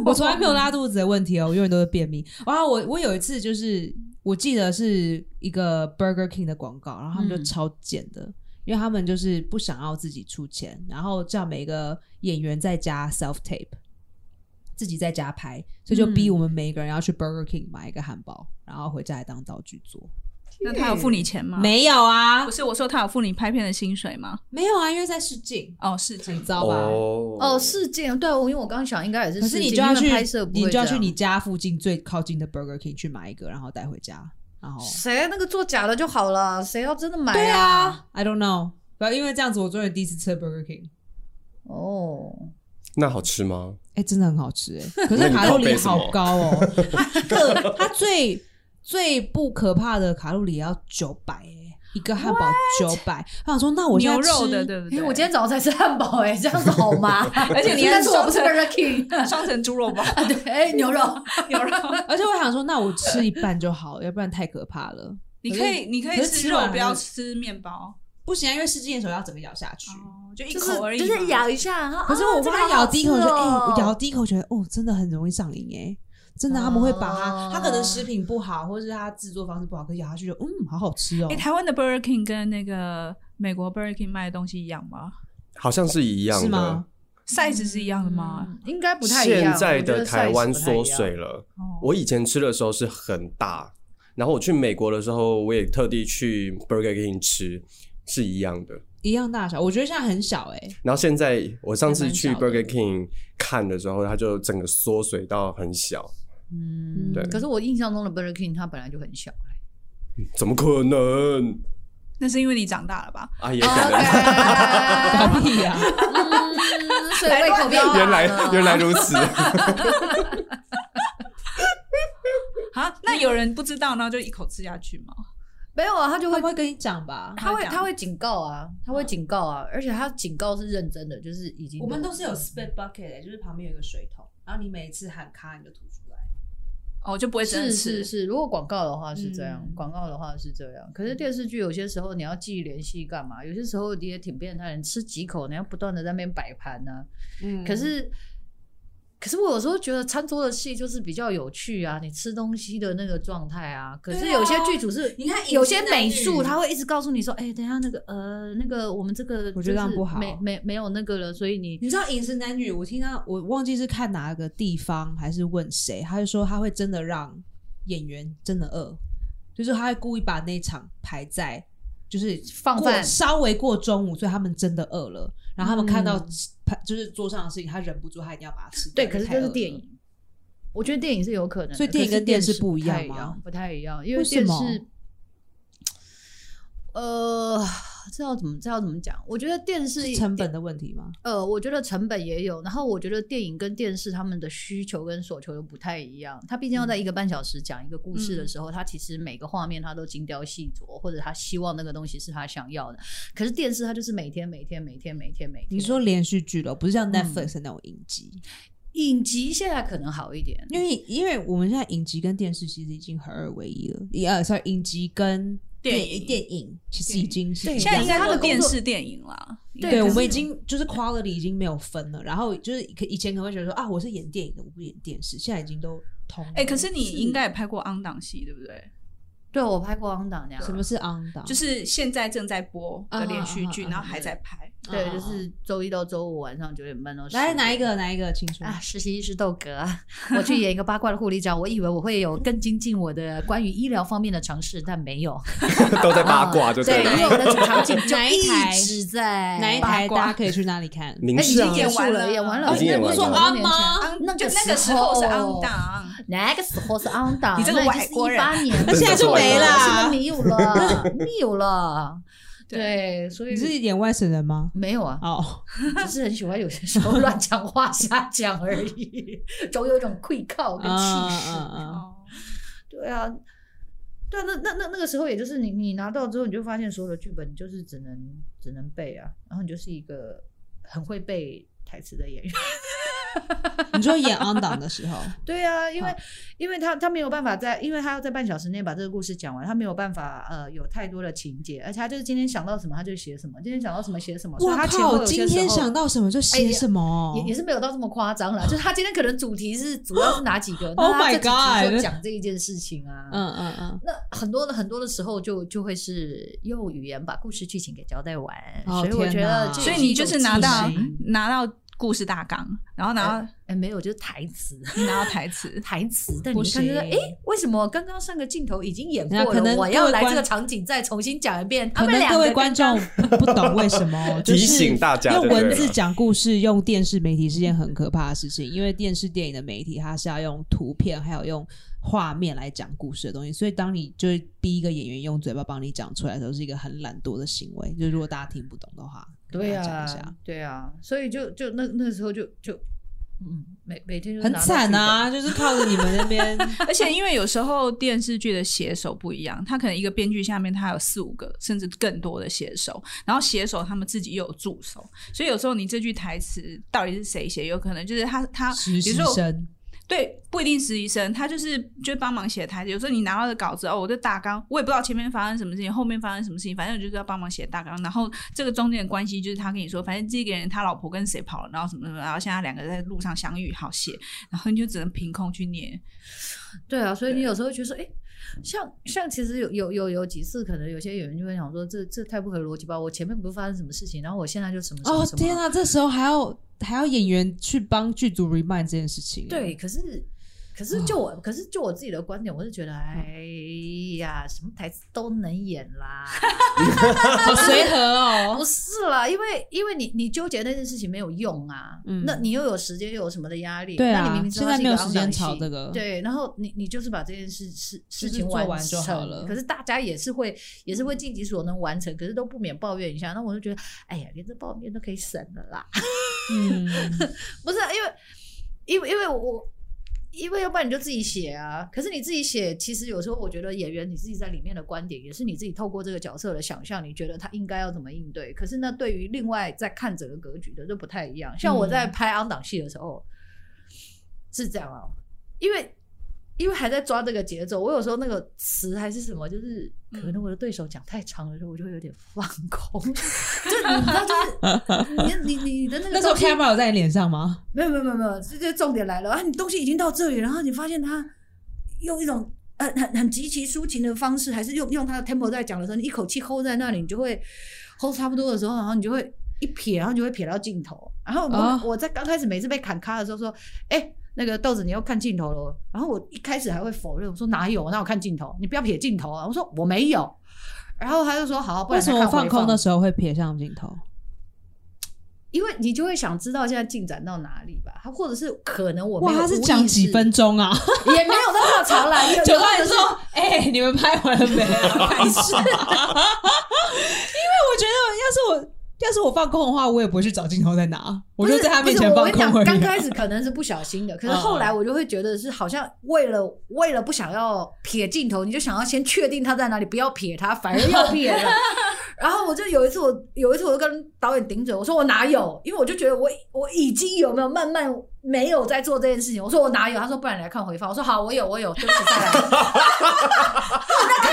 我从来没有拉肚子的问题哦，我永远都是便秘。然后我我有一次就是，我记得是一个 Burger King 的广告，然后他们就嗯超剪的，因为他们就是不想要自己出钱，然后叫每个演员在家 self tape，自己在家拍，所以就逼嗯我们每一个人要去 Burger King 买一个汉堡，然后回家来当道具做。那他有付你钱吗？，没有啊不，是我说他有付你拍片的薪水吗？没有啊，因为在试镜，哦，是这很样。糟吧？哦哦，试镜对，我因为我刚刚想应该也是可试是镜，你就要因为去拍摄，不你会就要这去样哦你家附近最靠近的 Burger King 去买一个，然后带回家，然 后谁那个做假的就好了，谁要真的买、对啊，啊，I don't know，不要因为这样子，我终于第一次吃 Burger King，哦，那好吃吗？哎、真的很好吃 哎、可那是你卡路靠里背什么好高 哦，它个它最最不可怕的卡路里要九百哎，一个汉堡九百，我想说那我现在牛肉的，吃对不哎、对？我今天早上才吃汉堡、哎，这样子好吗？而且 你还但是我不是双 Burger King，层 双层猪肉包， 对，哎、牛肉，牛肉。而且我想说那我吃一半就好了，要不然太可怕了。你可以，你可以可是吃吃肉完，不要还吃面包。不行啊，因为试镜的时候要整个咬下去。哦，就一就是口而已嘛。就是咬一下，然后可是我啊这刚个刚咬第一口觉得，哎、好好吃哦我咬第一口觉得，哦，真的很容易上瘾哎、真的，他们会把它，哦它可能食品不好，或者是它制作方式不好，可是咬下去就，嗯，好好吃哦哎、。台湾的 Burger King 跟那个美国 Burger King 卖的东西一样吗好像是一样的。是吗？ ？size 是一样的吗？嗯应该不太一样。现在我觉的得台湾 size 不太一缩样水，了。哦，我以前吃的时候是很大，然后我去美国的时候，我也特地去 Burger King 吃，是一样的。一样大小，我觉得现在很小哎、然后现在我上次去还蛮小的 Burger King 看的时候，它就整个缩水到很小，嗯，对可是我印象中的 Burger King 它本来就很小。怎么可能？那是因为你长大了吧？啊，也可能。哦搞屁呀、嗯所以胃口变大了 原来原来如此， 啊，那有人不知道，然后就一口吃下去吗？没有啊，他就他会不会跟你讲吧？他会他会他会警告啊，他会警告啊，而且他警告是认真的，就是已经嗯我们都是有 spit bucket，、欸、就是旁边有一个水桶，然后你每一次喊咔你就吐出来。哦，就不会真的是吃。是是，如果广告的话是这样嗯，广、告的话是这样。可是电视剧有些时候你要记联系干嘛？有些时候你也挺变态，你吃几口，你要不断的在那边摆盘呢、啊嗯可是，可是我有时候觉得餐桌的戏就是比较有趣啊，你吃东西的那个状态啊。可是对啊有些剧组是，你看饮食有些男美女术他会一直告诉你说，哎、等一下那个呃那个我们这个我觉得这样就是不好没没没有那个了，所以你你知道《饮食男女》，我听到我忘记是看哪个地方还是问谁，他就说他会真的让演员真的饿，就是他会故意把那一场排在就是放过饭稍微过中午，所以他们真的饿了，然后他们看到嗯盘、就是桌上的事情，他忍不住他一定要把它吃掉。对，因为可是太这饿是了电影。。我觉得电影是有可能的，所以电影可是跟电视视不一样太吗不太一样，因为为什电么视，呃，这要怎么这要怎么讲？我觉得电视是成本的问题吗？呃，我觉得成本也有，然后我觉得电影跟电视他们的需求跟所求又不太一样。它毕竟要嗯在一个半小时讲一个故事的时候，它其实每个画面它都精雕细琢，或者他希望那个东西是他想要的。可是电视它就是每天每天每天每天每天。你说连续剧了，不是像嗯 Netflix 的那种影集，影集现在可能好一点，因嗯为因为我们现在影集跟电视其实已经合二为一了，一呃，sorry，影集跟电影电影其实已经是对一现在样应该他的都工作电视电影啦。对对，可我是们已经就是 quality 已经没有分了，然后就是可以前可能会觉得说啊，我是演电影的，我不演电视，现在已经都通了。哎、可是你应该也拍过 on 档戏，对不对？对我拍过《昂档》那样，啊什么是 on 啊档？就是现在正在播的连续剧，啊哈然啊哈啊哈后还在拍。对，啊就是周一到周五晚上九点半到10来哪一点个哪一个，请说。哎啊，实习医师豆哥，啊我去演一个八卦的护理长，我以为我会有更精进我的关于医疗方面的尝试，但没有。啊都在八卦就对，对因了。为我的主场景就哪一台一直在哪一哎八台卦大家可以去哪里看？您已是啊经，演完了，结束了演完哦了，已经演那完不了是九啊年前吗啊那就个那个时候是 on 档，那个时候是 on 档，你这个那已经外国是人一八年了，现在就没了现在没有了，没有了。对，所以你是演外省人吗？没有啊，哦， 只是很喜欢有些时候乱讲话、瞎讲而嗯已，总有一种愧靠跟气势。嗯嗯嗯哦，对啊，对啊，那那那那个时候，也就是你你拿到之后，你就发现所有的剧本就是只能只能背啊，然后你就是一个很会背台词的演员。你说演 on 档 的时候，对啊，因为好因为他他没有办法在，因为他要在半小时内把这个故事讲完，他没有办法呃有太多的情节，而且他就是今天想到什么他就写什么，今天想到什么写什么。所以哇他前后靠，有些今天时候想到什么就哎写什么，，也也是没有到这么夸张啦，就是他今天可能主题是主要是哪几个 那 Oh 他 my 这几集 God 就讲这一件事情啊。嗯嗯嗯。那很多的很多的时候就就会是用语言把故事剧情给交代完，所哦以我天觉哪得这也所以一你就种是拿技到能嗯拿到故事大纲，然后拿到哎没有就是台 词你拿到台词，台词，但你不看就是行哎为什么刚刚上个镜头已经演等下过可了能，我各要位来观这个场景再重新讲一遍，他可们能两各个位刚观众不不懂为什 么，就是提醒大家用就对文字了讲故事，用电视媒体是件很可怕的事情，因为电视电影的媒体它是要用图片还有用画面来讲故事的东西，所以当你就是逼一个演员用嘴巴帮你讲出来的时候，是一个很懒惰的行为。就是如果大家听不懂的话，跟对大家讲啊一下。，对啊，所以就就那那时候就就嗯，每每天就是很拿到惨剧本啊，就是靠着你们那 边而且因为有时候电视剧的写手不一样，他可能一个编剧下面他有四五个甚至更多的写手，然后写手他们自己又有助手，所以有时候你这句台词到底是谁写，有可能就是他他，实比习如说我生，对，不一定实习生，他就是就帮忙写台词。有时候你拿到的稿子哦，我的大纲我也不知道前面发生什么事情，后面发生什么事情，反正我就是要帮忙写大纲。然后这个中间的关系就是他跟你说，反正这个人他老婆跟谁跑了，然后什么什么，然后现在两个在路上相遇，好写，然后你就只能凭空去念。对啊，所以你有时候会觉得说，哎，像像其实有有有有几次，可能有些演员就会想说，这这太不合逻辑吧？我前面不是发生什么事情，然后我现在就什么什么哦什么天啊，这时候还要还要演员去帮剧组 remind 这件事情，对，，可是可是就我、哦可是就我自己的观点，我是觉得，哎嗯呀，什么台词都能演啦，好随和 哦不，是啦，因为因为你你纠结那件事情没有用啊，嗯那你又有时间又有什么的压力？对啊那你明明知道它是一现个在没有时间 on-档吵戏这个对，然后你你就是把这件事事事就是情做完就成好了嗯可是大家也是会也是会尽己所能完成，可是都不免抱怨一下。那我就觉得，哎呀，连这抱怨都可以省了啦。嗯，不是、啊、因为，因为因为我，因为要不然你就自己写啊。可是你自己写，其实有时候我觉得演员你自己在里面的观点，也是你自己透过这个角色的想象，你觉得他应该要怎么应对。可是那对于另外在看整个格局的就不太一样。像我嗯在拍昂档戏的时候、是这样啊，因为。因为还在抓这个节奏，我有时候那个词还是什么，就是可嗯能我的对手讲太长的时候，我就会有点放空。 就你知道，就是你你你的那个那时候东西 camera 有在你脸上吗？没有没有没有没有，这这重点来了啊！你东西已经到这里，然后你发现他用一种呃很很极其抒情的方式，还是用用他的 tempo 在讲的时候，你一口气 hold 在那里，你就会 hold 差不多的时候，然后你就会一瞥，然后你就会瞥到镜头。然后我、哦我在刚开始每次被砍咖的时候说，哎、那个豆子，你又看镜头了。然后我一开始还会否认，我说哪有，哪有看镜头？你不要瞥镜头啊！我说我没有。然后他就说好，不为然什再么看放回空的时候会瞥向镜头？因为你就会想知道现在进展到哪里吧，或者是可能我哇，没有他是无意讲几识分钟啊？ 也没有那么长 啦，有九有段的人是说：“哎、你们拍 完了没啊？”白痴！因为我觉得，要是我要是我放空的话，我也不会去找镜头在哪，我不就是在他不面是前我放跟你空讲，而已啊。刚哦开始可能是不小心的，可是后来我就会觉得是好像为了为了不想要撇镜头，你就想要先确定他在哪里，不要撇他，反而要撇 了。然后我就有一次我，有一次我就跟导演顶嘴，我说我哪有？因为我就觉得我 我已经有没有慢慢没有在做这件事情。我说我哪有？他说不然你来看回放。我说好，我有我有，对不起再来。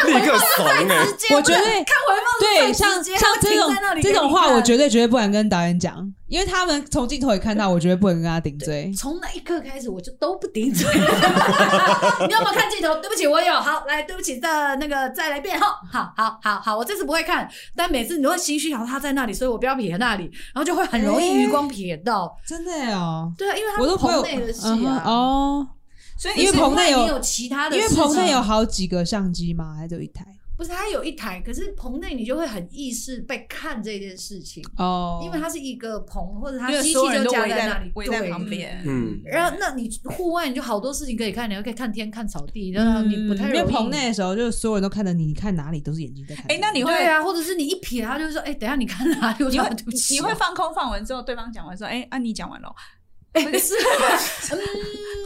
立刻怂哎、直接我觉得不是看回放是对，最像直接像他这停种在那里这给种你话，看我绝对绝对不敢跟导演讲，因为他们从镜头里看到，我绝对不能跟他顶嘴。从那一刻开始，我就都不顶嘴了。 你有没有看镜头？对不起，我有。好，来，对不起，再那个再来一遍。好，好，好，好，好，我这次不会看，但每次你都会心虚，想说他在那里，所以我不要瞥那里，然后就会很容易余光瞥到。真的哦，对啊，因为他我是都不会有棚内的戏嗯哼啊，哦，所以你因为是棚内有有，有其他的因为事情，棚内有好几个相机嘛，还是有一台不是他有一台，可是棚内你就会很意识被看这件事情，哦，因为它是一个棚或者它因为机器所有人就都架围在那在里，围在对旁。边，嗯，然后，那你户外你就好多事情可以看，你还可以看天、看草地，然后你不太嗯因容易。为棚内的时候，就是所有人都看着你，你看哪里都是眼睛在看。哎、那你会对啊，或者是你一瞥，他就说：“哎、等一下你看哪里？”我你说会啊 对不起你会放空放完之后，对方讲完说，哎、啊你讲完了， 哎、是，嗯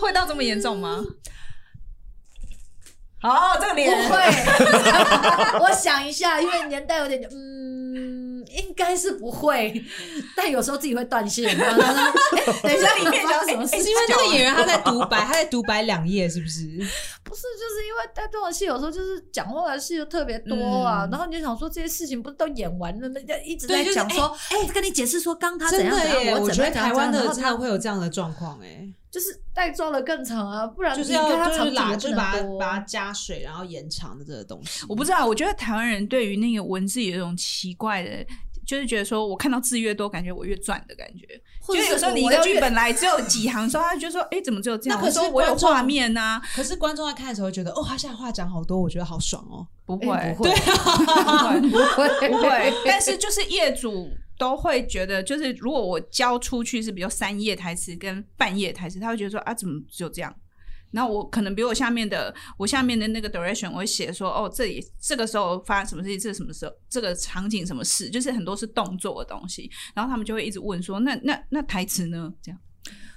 会到这么严重吗？哦，这个不脸会，我想一下，因为年代有点，嗯，应该是不会，但有时候自己会断线。然后他说哎等一下，里面讲什么事是情？因为那个演员他在独白，他 在独白两页，是不是？不是，就是因为带动的戏有时候就是讲话的戏就特别多啊，然后你就想说这些事情不是都演完了吗？一直在对就是讲说，哎、跟你解释说刚他怎真样怎的耶，样，我怎觉么样得怎样台湾怎的样才会有这样的状况哎，就是带妆的更长啊，不然就是你跟要他就是长度拉，也就不是把能它多。把它加水，然后延长的这个东西。我不知道，我觉得台湾人对于那个文字有一种奇怪的，就是觉得说我看到字越多，感觉我越赚的感觉。或就者是是有时候你一我个要剧越本来只有几行的时候，他就说：“哎、怎么只有这样？”那可是我说我有观众画面啊呐、可是观众在看的时候会觉得，哦，他现在话讲好多，我觉得好爽哦。不会，哎不会， 不 会不会。但是就是业主都会觉得，就是如果我交出去是比如三页台词跟半页台词，他会觉得说：“啊，怎么只有这样？”然后我可能比我下面的我下面的那个 direction，我会写说：“哦，这里这个时候发生什么事情，这是什么时候，这个场景什么事，就是很多是动作的东西。”然后他们就会一直问说：“那那那台词呢？”这样。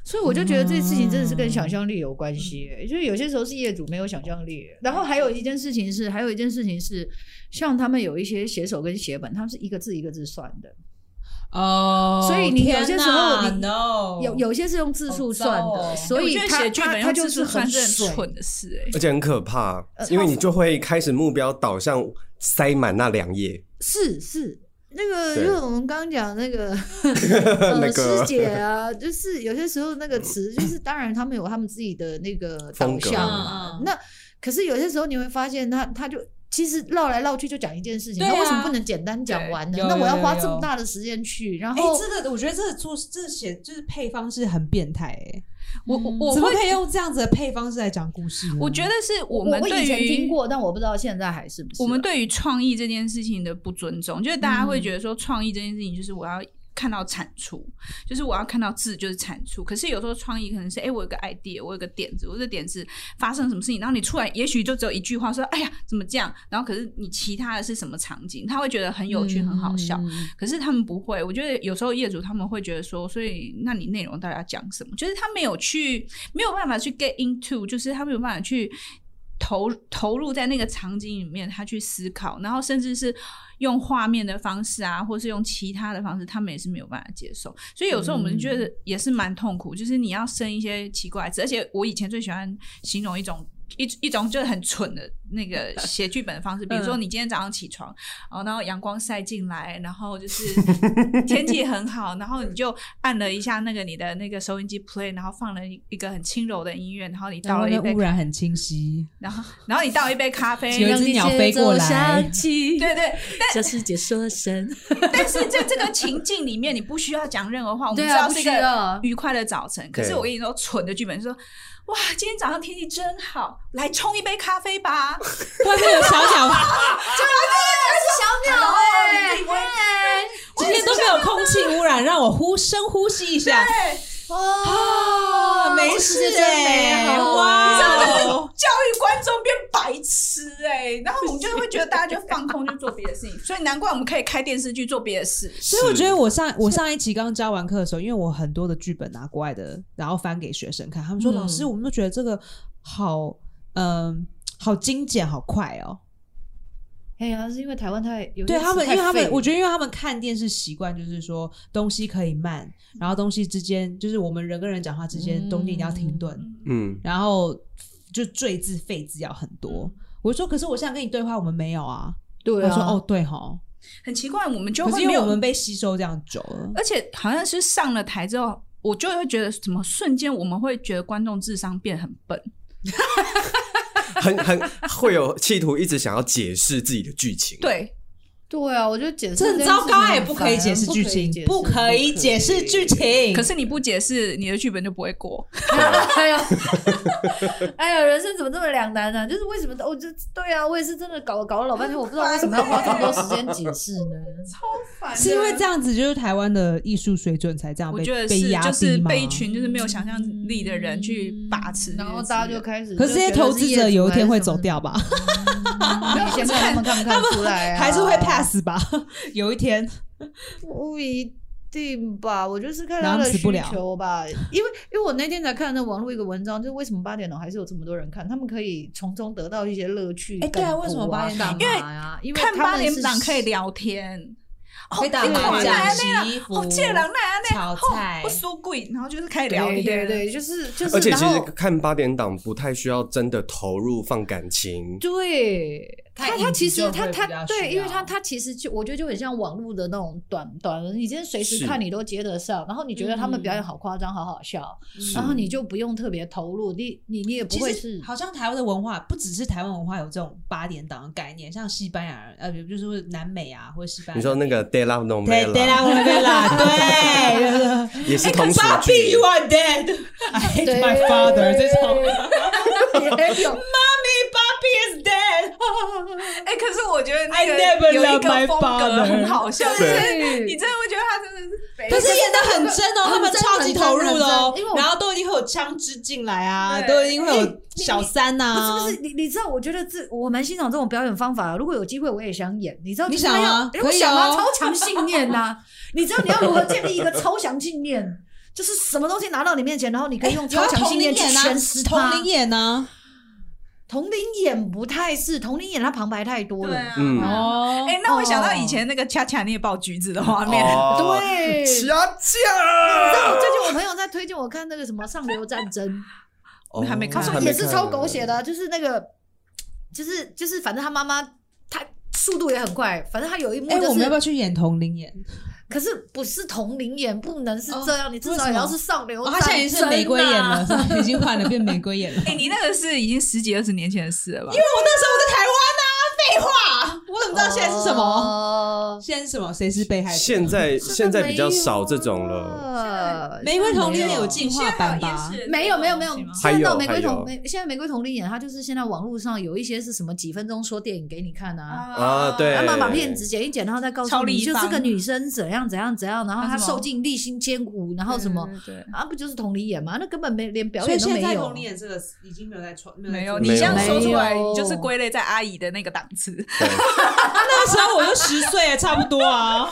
所以我就觉得这事情真的是跟想象力有关系、就是有些时候是业主没有想象力。然后还有一件事情是，还有一件事情是，像他们有一些写手跟写本，他们是一个字一个字算的，哦所以你有些时候你天哪 no 有有些是用字数算好的，糟哦所以哎我觉得他写剧他本他用就字是数算是水很蠢的事、哎。而且很可怕，因为你就会开始目标导向塞满那两页。是是，那个对因为我们刚刚讲那 个呃那个师姐啊，就是有些时候那个词，就是当然他们有他们自己的那个风导格向嗯嘛嗯。那可是有些时候你会发现他，他就。其实绕来绕去就讲一件事情，对啊那为什么不能简单讲完呢对？有那我要有花有这么大的时间去，然哎、后这个我觉得这个做这个写就是配方是很变态哎、我嗯我我怎么会，可以用这样子的配方式来讲故事呢？我觉得是我我们我对以前于听过，但我不知道现在还是不是啊。嗯我们对于创意这件事情的不尊重，就是大家会觉得说创意这件事情就是我要。看到产出，就是我要看到字，就是产出。可是有时候创意可能是，哎、我有个 idea，我有个点子，我这点子发生什么事情，然后你出来，也许就只有一句话说，哎呀，怎么这样？然后可是你其他的是什么场景，他会觉得很有趣，很好笑。嗯可是他们不会，我觉得有时候业主他们会觉得说，所以那你内容到底要讲什么？就是他没有去，没有办法去 get into，就是他没有办法去投投入在那个场景里面，他去思考，然后甚至是用画面的方式啊，或是用其他的方式，他们也是没有办法接受。所以有时候我们觉得也是蛮痛苦，就是你要生一些奇怪的字，而且我以前最喜欢形容一种。一一种就是很蠢的那个写剧本的方式，比如说你今天早上起床，哦，然后阳光晒进来，然后就是天气很好，然后你就按了一下那个你的那个收音机 play，然后放了一一个很轻柔的音乐，然后你倒了一杯哎污，染很清晰，然后然后你倒一杯咖啡，有一让只你鸟接飞过着来 想 起对对，小师姐说声，但是在这个情境里面，你不需要讲任何话，我们对知啊，道不是一需个要。愉快的早晨。可是对我跟你说，蠢的剧本说，哇，今天早上天气真好，来冲一杯咖啡吧。外面有小鸟， 小鸟哎、哎今天都没有空气污染，让我呼深呼吸一下。哎啊哦，没世事界真美哎、好哇 哦！教育观众变白痴哎、然后我们就会觉得大家就放空，就做别的事情，所以难怪我们可以开电视剧做别的事。所以我觉得我上我上一期刚教完课的时候，因为我很多的剧本拿国外的，然后翻给学生看，他们说、嗯老师，我们都觉得这个好，嗯、好精简，好快哦。哎呀，是因为台湾太有些对词他们，因太为他废们了，我觉得，因为他们看电视习惯就是说东西可以慢，然后东西之间就是我们人跟人讲话之间，嗯中间一定要停顿，嗯，然后就赘字废字要很多。我说，可是我现在跟你对话，我们没有啊。嗯对啊，我说，哦，对哈。很奇怪，我们就可是会因没为有我们被吸收这样久了，而且好像是上了台之后，我就会觉得怎么瞬间我们会觉得观众智商变很笨。很很会有企图一直想要解释自己的剧情。，对，对啊，我觉得解释这很糟糕哎，哎，不可以解释剧情，不不可以解释剧。情。可是你不解释，你的剧本就不会过。 啊哎呀，哎呀，人生怎么这么两难呢、就是为什么都，我就对啊，我也是真的搞搞了老半天，我不知道为什么要花这么多时间解释呢？是因为这样子，就是台湾的艺术水准才这样我被觉得啊被是压低就是吗被一群 就是没有想象力的人去把持这件事情，嗯然后大家就开始，可是这些投资者有一天会走掉吧？嗯，你先看他 们看不看得出来、啊，还是会 pass 吧？有一天，不一定吧，我就是看然他后的死需不了求吧，因为 因为我那天才看那网络一个文章，就是为什么八点档还是有这么多人看，他们可以从中得到一些乐趣哎感悟啊。对啊为什么八点档啊干嘛呀？因为看他们八点是档可以聊天，可以打哦麻你看将、那样洗衣服、哦，借人那那炒菜哦，不输贵，然后就是开始聊对对天，对，就是 就是，而且然其实后看八点档不太需要真的投入放感情，对太他，隐他其就实他会比较他对，需因为要他他其实就我觉得就很像网络的那种短短的，你今天随时是看你都接得上，然后你觉得他们表演嗯好夸张，好好笑，是然后你就不用特别投入，你你你也不其会实是好像台湾的文化不只是台湾文化有这种八点档的概念，像西班牙人，呃，就是南美啊，或者西班牙。你说那个 De La 对 Novela，对啦，我对啦， 对。啊也是哎同时 Papi, you are dead. I hate 对 my father. 这种也 有 Papi is dead. 哎、可是我觉得那 I 个 never 有 love 一 my 个风格 father 很好笑，就对是对你真的会觉得他真的是北，哎可是演的很真哦，他们超级投入的哦很真很真因为，我哎然后都一定会有枪支进来啊，对都一定会有你小三啊呐、不是不是，你你知道，我觉得这我蛮欣赏这种表演方法。啊如果有机会，我也想演。你知道，你就是他想要啊哎可我以想哦啊，超强信念呐、你知道你要如何建立一个超强信念，就是什么东西拿到你面前，然后你可以哎用还超有强哎同信龄念去眼诠啊，释同它。龄啊眼呢、同龄演不太是，同龄演他旁白太多对啊了。，嗯哎、哦那我想到以前那个恰恰捏爆橘子的画面，哦，对，你知恰道我恰，最近我朋友在推荐我看那个什么《上流战争》，哦还没看他说还也是超狗血，的，啊就是那个，就是就是，反正他妈妈他速度也很快，反正他有一幕哎、就我是们要不要去演同龄眼？可是不是同龄演，不能是这样，你至哦为少什也么要是上流哦，战他争啊、现在已经是玫瑰眼了，是啊吧已经换了变玫瑰 眼了。哎、你那个是已经十几二十年前的事了吧？我那时候在台湾呐、废话，我怎么知道现在是什么？么？哦现在是什么？谁是被害者？现在现在比较少这种了，呃玫瑰同龄眼现在没有进化版吧？没有没有没有，还现在到有玫瑰还同有玫，现在玫瑰同龄演，他就是现在网络上有一些是什么几分钟说电影给你看哦啊，啊对他们把片子剪一剪，然后再告超诉你立就方这个女生怎样怎样怎样，然后她她什么受尽历经艰苦，然后什么啊不就是同龄演吗？那根本没连表嗯所以演都现没在有同龄。眼这个已经没有在创，没有，有在做。你这样说出来，没有你就是归类在阿姨的那个档次。对啊那时候我就十岁，差不多啊。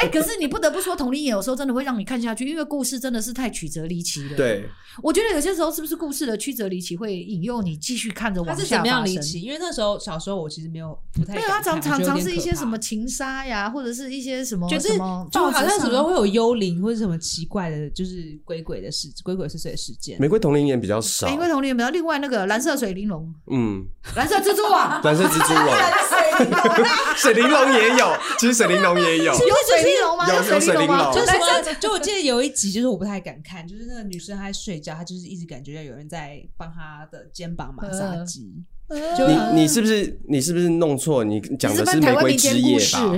哎、可是你不得不说，同龄演有时候真的会让你看下去，因为故事真的是太曲折离奇了。，对，我觉得有些时候是不是故事的曲折离奇会引诱你继续看着他往是下怎么样发离生？奇？因为那时候小时候我其实没有啊不太没敢有，看，它常常我觉得有常点是一些可怕什么情杀呀，或者是一些什么就是什么就报好纸像上什么会有幽灵或者什么奇怪的，就是鬼鬼的事，鬼鬼祟祟的事件。玫瑰同龄也比较少哎，因为同龄演没有，另外那个蓝色水玲珑、嗯，、蓝色蜘蛛网蓝色蜘蛛网， 水玲珑也有，其实水玲珑也有，有水玲珑吗？有有水珑吗？水就是玲什么？就我记得有一集，就是我不太敢看，就是那个女生她在睡觉，她就是一直感觉到有人在帮她的肩膀马杀鸡。就你你是不是你是不是弄错？你讲你的搬玫台湾瑰民之间 故夜事？吧？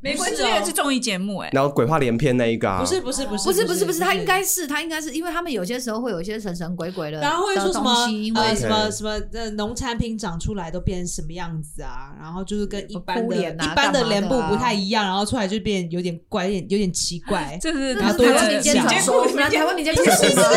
玫瑰不是之哦夜是综艺节目、哎，然后鬼话连篇那一个啊，不是不哦是不不是是不是不是，他应该是他应该是，因为他们有些时候会有一些神神鬼鬼的，然后会说什么因呃为 OK 什么什么呃农产品长出来都变成什么样子啊？然后就是跟一般哭的、脸啊一干嘛般的的啊脸部不太一样，然后出来就变有点怪，有点有点奇 怪。这是然那后是多台台湾湾民讲民间间传传讲说，说，那台湾民间传是说吗？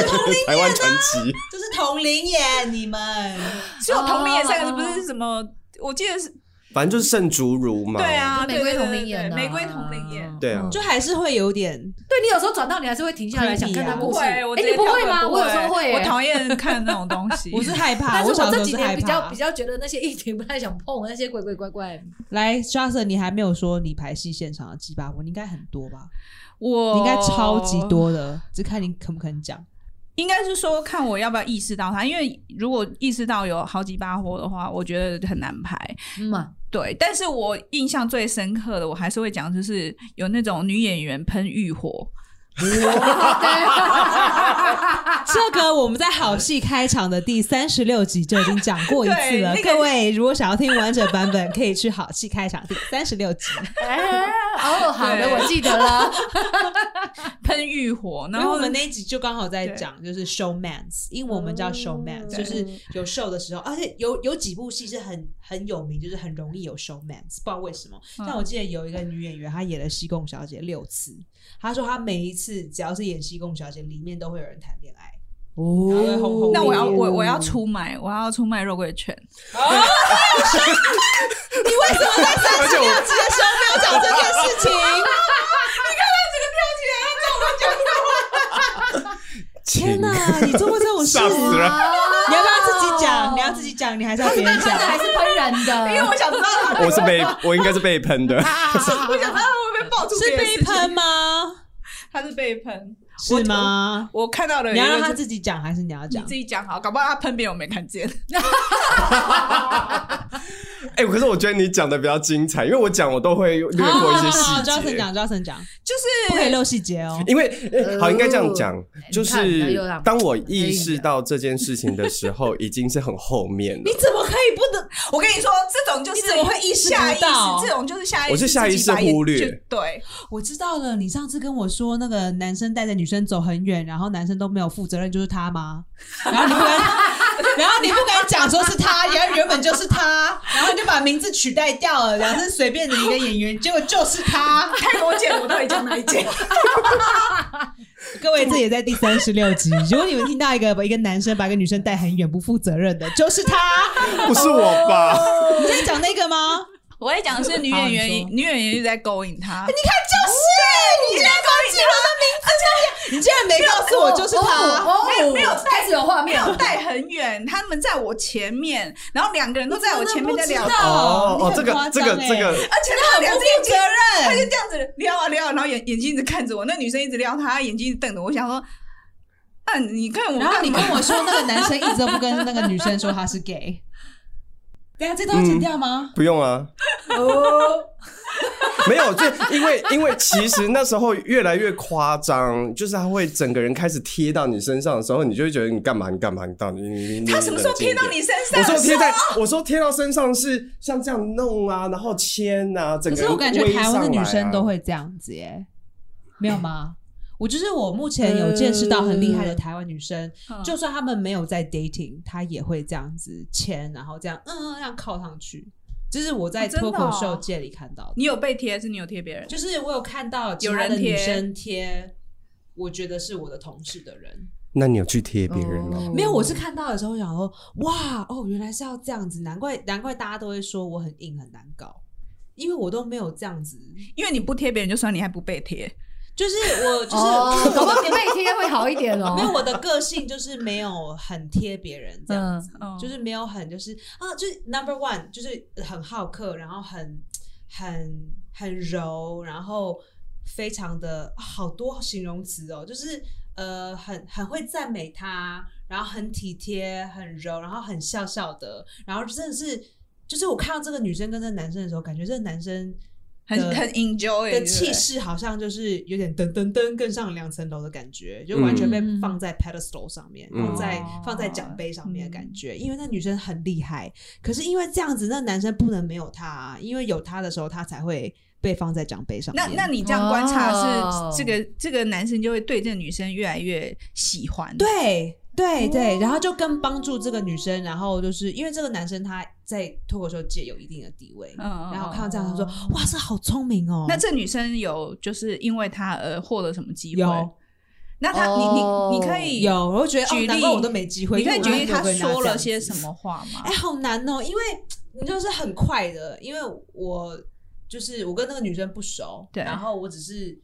台湾传奇，这是同龄眼，你们 只有同龄也三个字，不是什么？我记得是啊反正就是圣竹如嘛。对，啊，玫瑰同龄演、对啊，玫瑰同龄演。对啊嗯就还是会 有点。对你有时候转到你还是会停下来想看他不故事。会，我哎直接你不会跳吗？过我有时候会、我欸。讨厌看那种东 西我是害怕，但是小我时这候几是年害比较怕比。较觉得那些议题不太想碰，那些鬼鬼怪怪。来，Jason，你还没有说你排戏现场的鸡巴，我应该很多吧？哦我你应该超级，多的，只看你肯不肯讲。应该是说看我要不要意识到它，因为如果意识到有好几把火的话，我觉得很难排。嗯嘛，对，但是我印象最深刻的，我还是会讲，就是有那种女演员喷浴火， 这个我们在好戏开场的第三十六集就已经讲过一次了。对那个各位如果想要听完整版本，可以去好戏开场第三十 六集。哎哦，好的，对我记得了。喷浴火，然然后我后们那一集就刚好在讲就是 showman's，英文我哦们叫 showman，、对就是有 show 的时候，而且有有几部戏是很很有名，就是很容易有 showman's，不知道为什么。嗯但我记得有一个女演员，她演了《西贡小姐》六次，她说她每一次只要是演《西贡小姐》，里面都会有人谈恋爱。然后会轰轰哦那我要烈烈我我要出卖，我要出卖肉桂犬，而且我自己的时候没有讲这件事情。你看他这个天情，哪，啊你做过这 种事？吓死人！你要不要自己讲？你要自己讲，你还是要别 人真的讲？还是喷人的，啊因为我想知道他，我是被我应该是被 喷 的，我想知道他会不会爆出是别的被事情喷，吗？他是被喷，是吗？我看到的你要让一个他是自己讲，还是你要你讲自？己讲好，搞不好他喷别人我没看见。哎、可是我觉得你讲的比较精彩，因为我讲我都会略好过一 好些好啊细，Johnson 节。讲，Johnson 讲，就是不可以漏细节哦。因为、欸好，应该这样讲，就呃你看是又让当我意识到这件事情的时候，已经是很后面了你。怎么可以不能？我跟你说，这种就是你怎么会意识不下意识到？这种就是下意识，我是下意识自己把眼忽略就对，我知道了，你上次跟我说那个男生带着女生走很远，然后男生都没有负责任，就是他 吗？然后你不敢，然后你不敢讲说是他，原来原本就是他，然后你就把名字取代掉了，然后是随便的一个演员，结果就是他。太多见我到底讲哪一件？各位，这也在第三十六集。如果你们听到一个一个男生把一个女生带很远不负责任的，就是他。不是我吧？你在讲那个吗？ 我也讲的是女演员，女演员一直在勾引他。你看， 就是你竟然搞起我的名字，啊你竟然没告诉我就是他。哦，没有没有开始有画没面了有带很远，他们在我前面，然后两个人都在我前面在聊，我真的不而知道你很夸哦哦，这个这张个欸这个，且他们两只眼睛，责他就这样子撩啊撩啊，然后眼眼睛一直看着我，那女生一直撩他，眼睛一直瞪着我，我想说，啊，你看我然后干你嘛跟？我说那个男生一直都不跟那个女生说他是 gay，等一下这段要剪掉吗？不用啊，哦，没有，就因为因为其实那时候越来越夸张，就是他会整个人开始贴到你身上的时候，你就会觉得你干嘛你干嘛你到底你你他什么时候贴到？你你身上？冷静一点我说贴在，我说贴到身上是像这样弄啊，然后牵啊，可整个是人我感觉微台湾的上来女啊生都会这样子耶，没有吗？我就是我目前有见识到很厉害的台湾女生，嗯就算她们没有在 dating，她也会这样子牵，然后这样嗯嗯这样靠上去，这是我在哦真的脱哦口秀界里看到的。你有被贴，还是你有贴别人？就是我有看到其有他人的女贴生贴，我觉得是我的同事的人，那你有去贴别人吗？没有，我是看到的时候想说，哇，哦，原来是要这样子，难怪难怪大家都会说我很硬很难搞，因为我都没有这样子，因为你不贴别人就算，你还不被贴。就是我就是、 哦，搞不好你被贴会好一点没有哦。我的个性就是没有很贴别人这样子，嗯嗯就是没有很就是啊，就是 number one 就是很好客，然后很很很柔，然后非常的啊好多形容词哦，就是呃很很会赞美他，然后很体贴，很柔，然后很笑笑的，然后真的是。就是我看到这个女生跟这个男生的时候，感觉这个男生很的很 enjoy 的对不对气势好像就是有点噔噔噔更上两层楼的感觉，就完全被嗯放在 pedestal 上面，嗯放在哦嗯放在奖杯上面的感觉。因为那女生很厉害，可是因为这样子，那男生不能没有她啊，因为有她的时候，她才会被放在奖杯上那面。那你这样观察哦是这个这个男生就会对这个女生越来越喜欢，，对对哦对，然后就更帮助这个女生，然后就是因为这个男生他在脱口秀界有一定的地位，嗯嗯然后看到这样，他说：“哇，这好聪明哦。”那这女生有就是因为他而获得什么机会？有。那他、哦你你你可以有，我就觉得举哦，例难怪我都没机会。你可以因举为我例他都没有跟人家说这样了子些什么话吗？哎、好难哦，因为你就是很快的，因为我就是我跟那个女生不熟，对然后我只是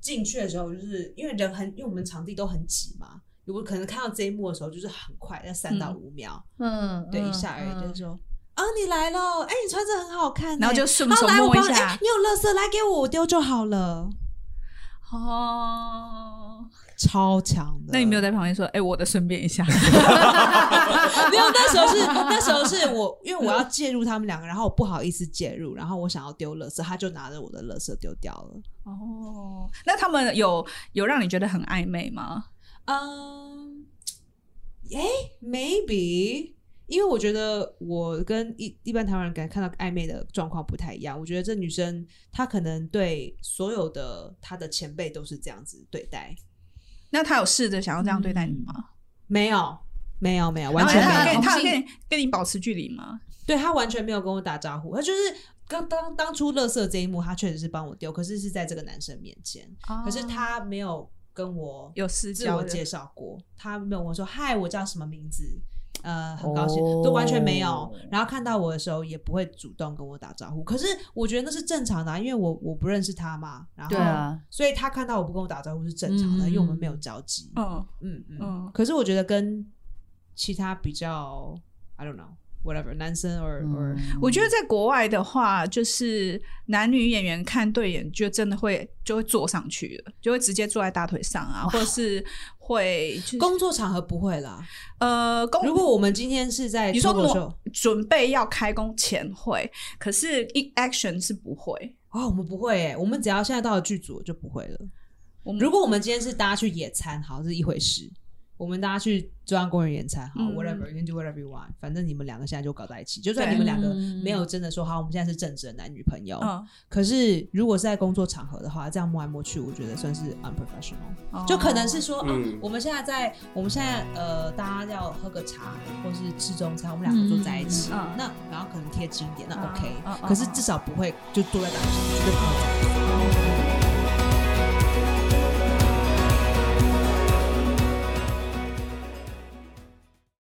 进去的时候，就是因为人很，因为我们场地都很挤嘛，我可能看到这一幕的时候，就是很快，要三到五秒，嗯，对，嗯一下而已，嗯就是说。啊，你来了！哎、你穿着很好看、然后就哎顺啊手来我摸一帮你下哎你有垃圾来给我，我丢就好了，哦，超强的。那你没有在旁边说，哎、我的顺便一 下，没有，那时候是那时候是我，因为我要介入他们两个，然后我不好意思介入，然后我想要丢垃圾，他就拿着我的垃圾丢掉了。哦，那他们有有让你觉得很暧昧吗？嗯，哎，maybe，因为我觉得我跟一一般台湾人感看到暧昧的状况不太一样。我觉得这女生她可能对所有的她的前辈都是这样子对待，那他有试着想要这样对待你吗？没有，没有，没有，嗯完然后全他有哎没有跟。他有同性跟你跟你保持距离吗？对他完全没有跟我打招呼，他就是刚当当初乐色这一幕，他确实是帮我丢，可是是在这个男生面前，哦可是他没有跟我有私自交我的介绍过，他没有跟我说嗨，我叫什么名字，呃很高兴，哦都完全没有。然后看到我的时候也不会主动跟我打招呼，可是我觉得那是正常的啊、因为我我不认识他嘛，然后对啊所以他看到我不跟我打招呼是正常的，嗯因为我们没有交集。嗯嗯嗯嗯可是我觉得跟其他比较，I don't know whatever 男生 or 嗯 or、我觉得在国外的话，就是男女演员看对眼就真的会就会坐上去了，就会直接坐在大腿上啊，或者是会就是工作场合不会啦。呃公如果我们今天是在你说脱挪口秀，准备要开工前会，可是一 action 是不会。哦，我们不会诶、我们只要现在到了剧组就不会了。我们如果我们今天是大家去野餐，好是一回事；我们大家去中央公园野餐，好、嗯 w h a t e v e r you can do whatever you want，反正你们两个现在就搞在一起。就算对你们两个嗯没有真的说好，我们现在是正直的男女朋友，嗯，可是如果是在工作场合的话，这样摸来摸去，我觉得算是 unprofessional。哦就可能是说，嗯啊，我们现在在，我们现在呃，大家要喝个茶或是吃中餐，我们两个坐在一起，嗯嗯那然后可能贴近一点，那嗯 OK，、嗯嗯可是至少不会就坐在打上，绝对不会这样。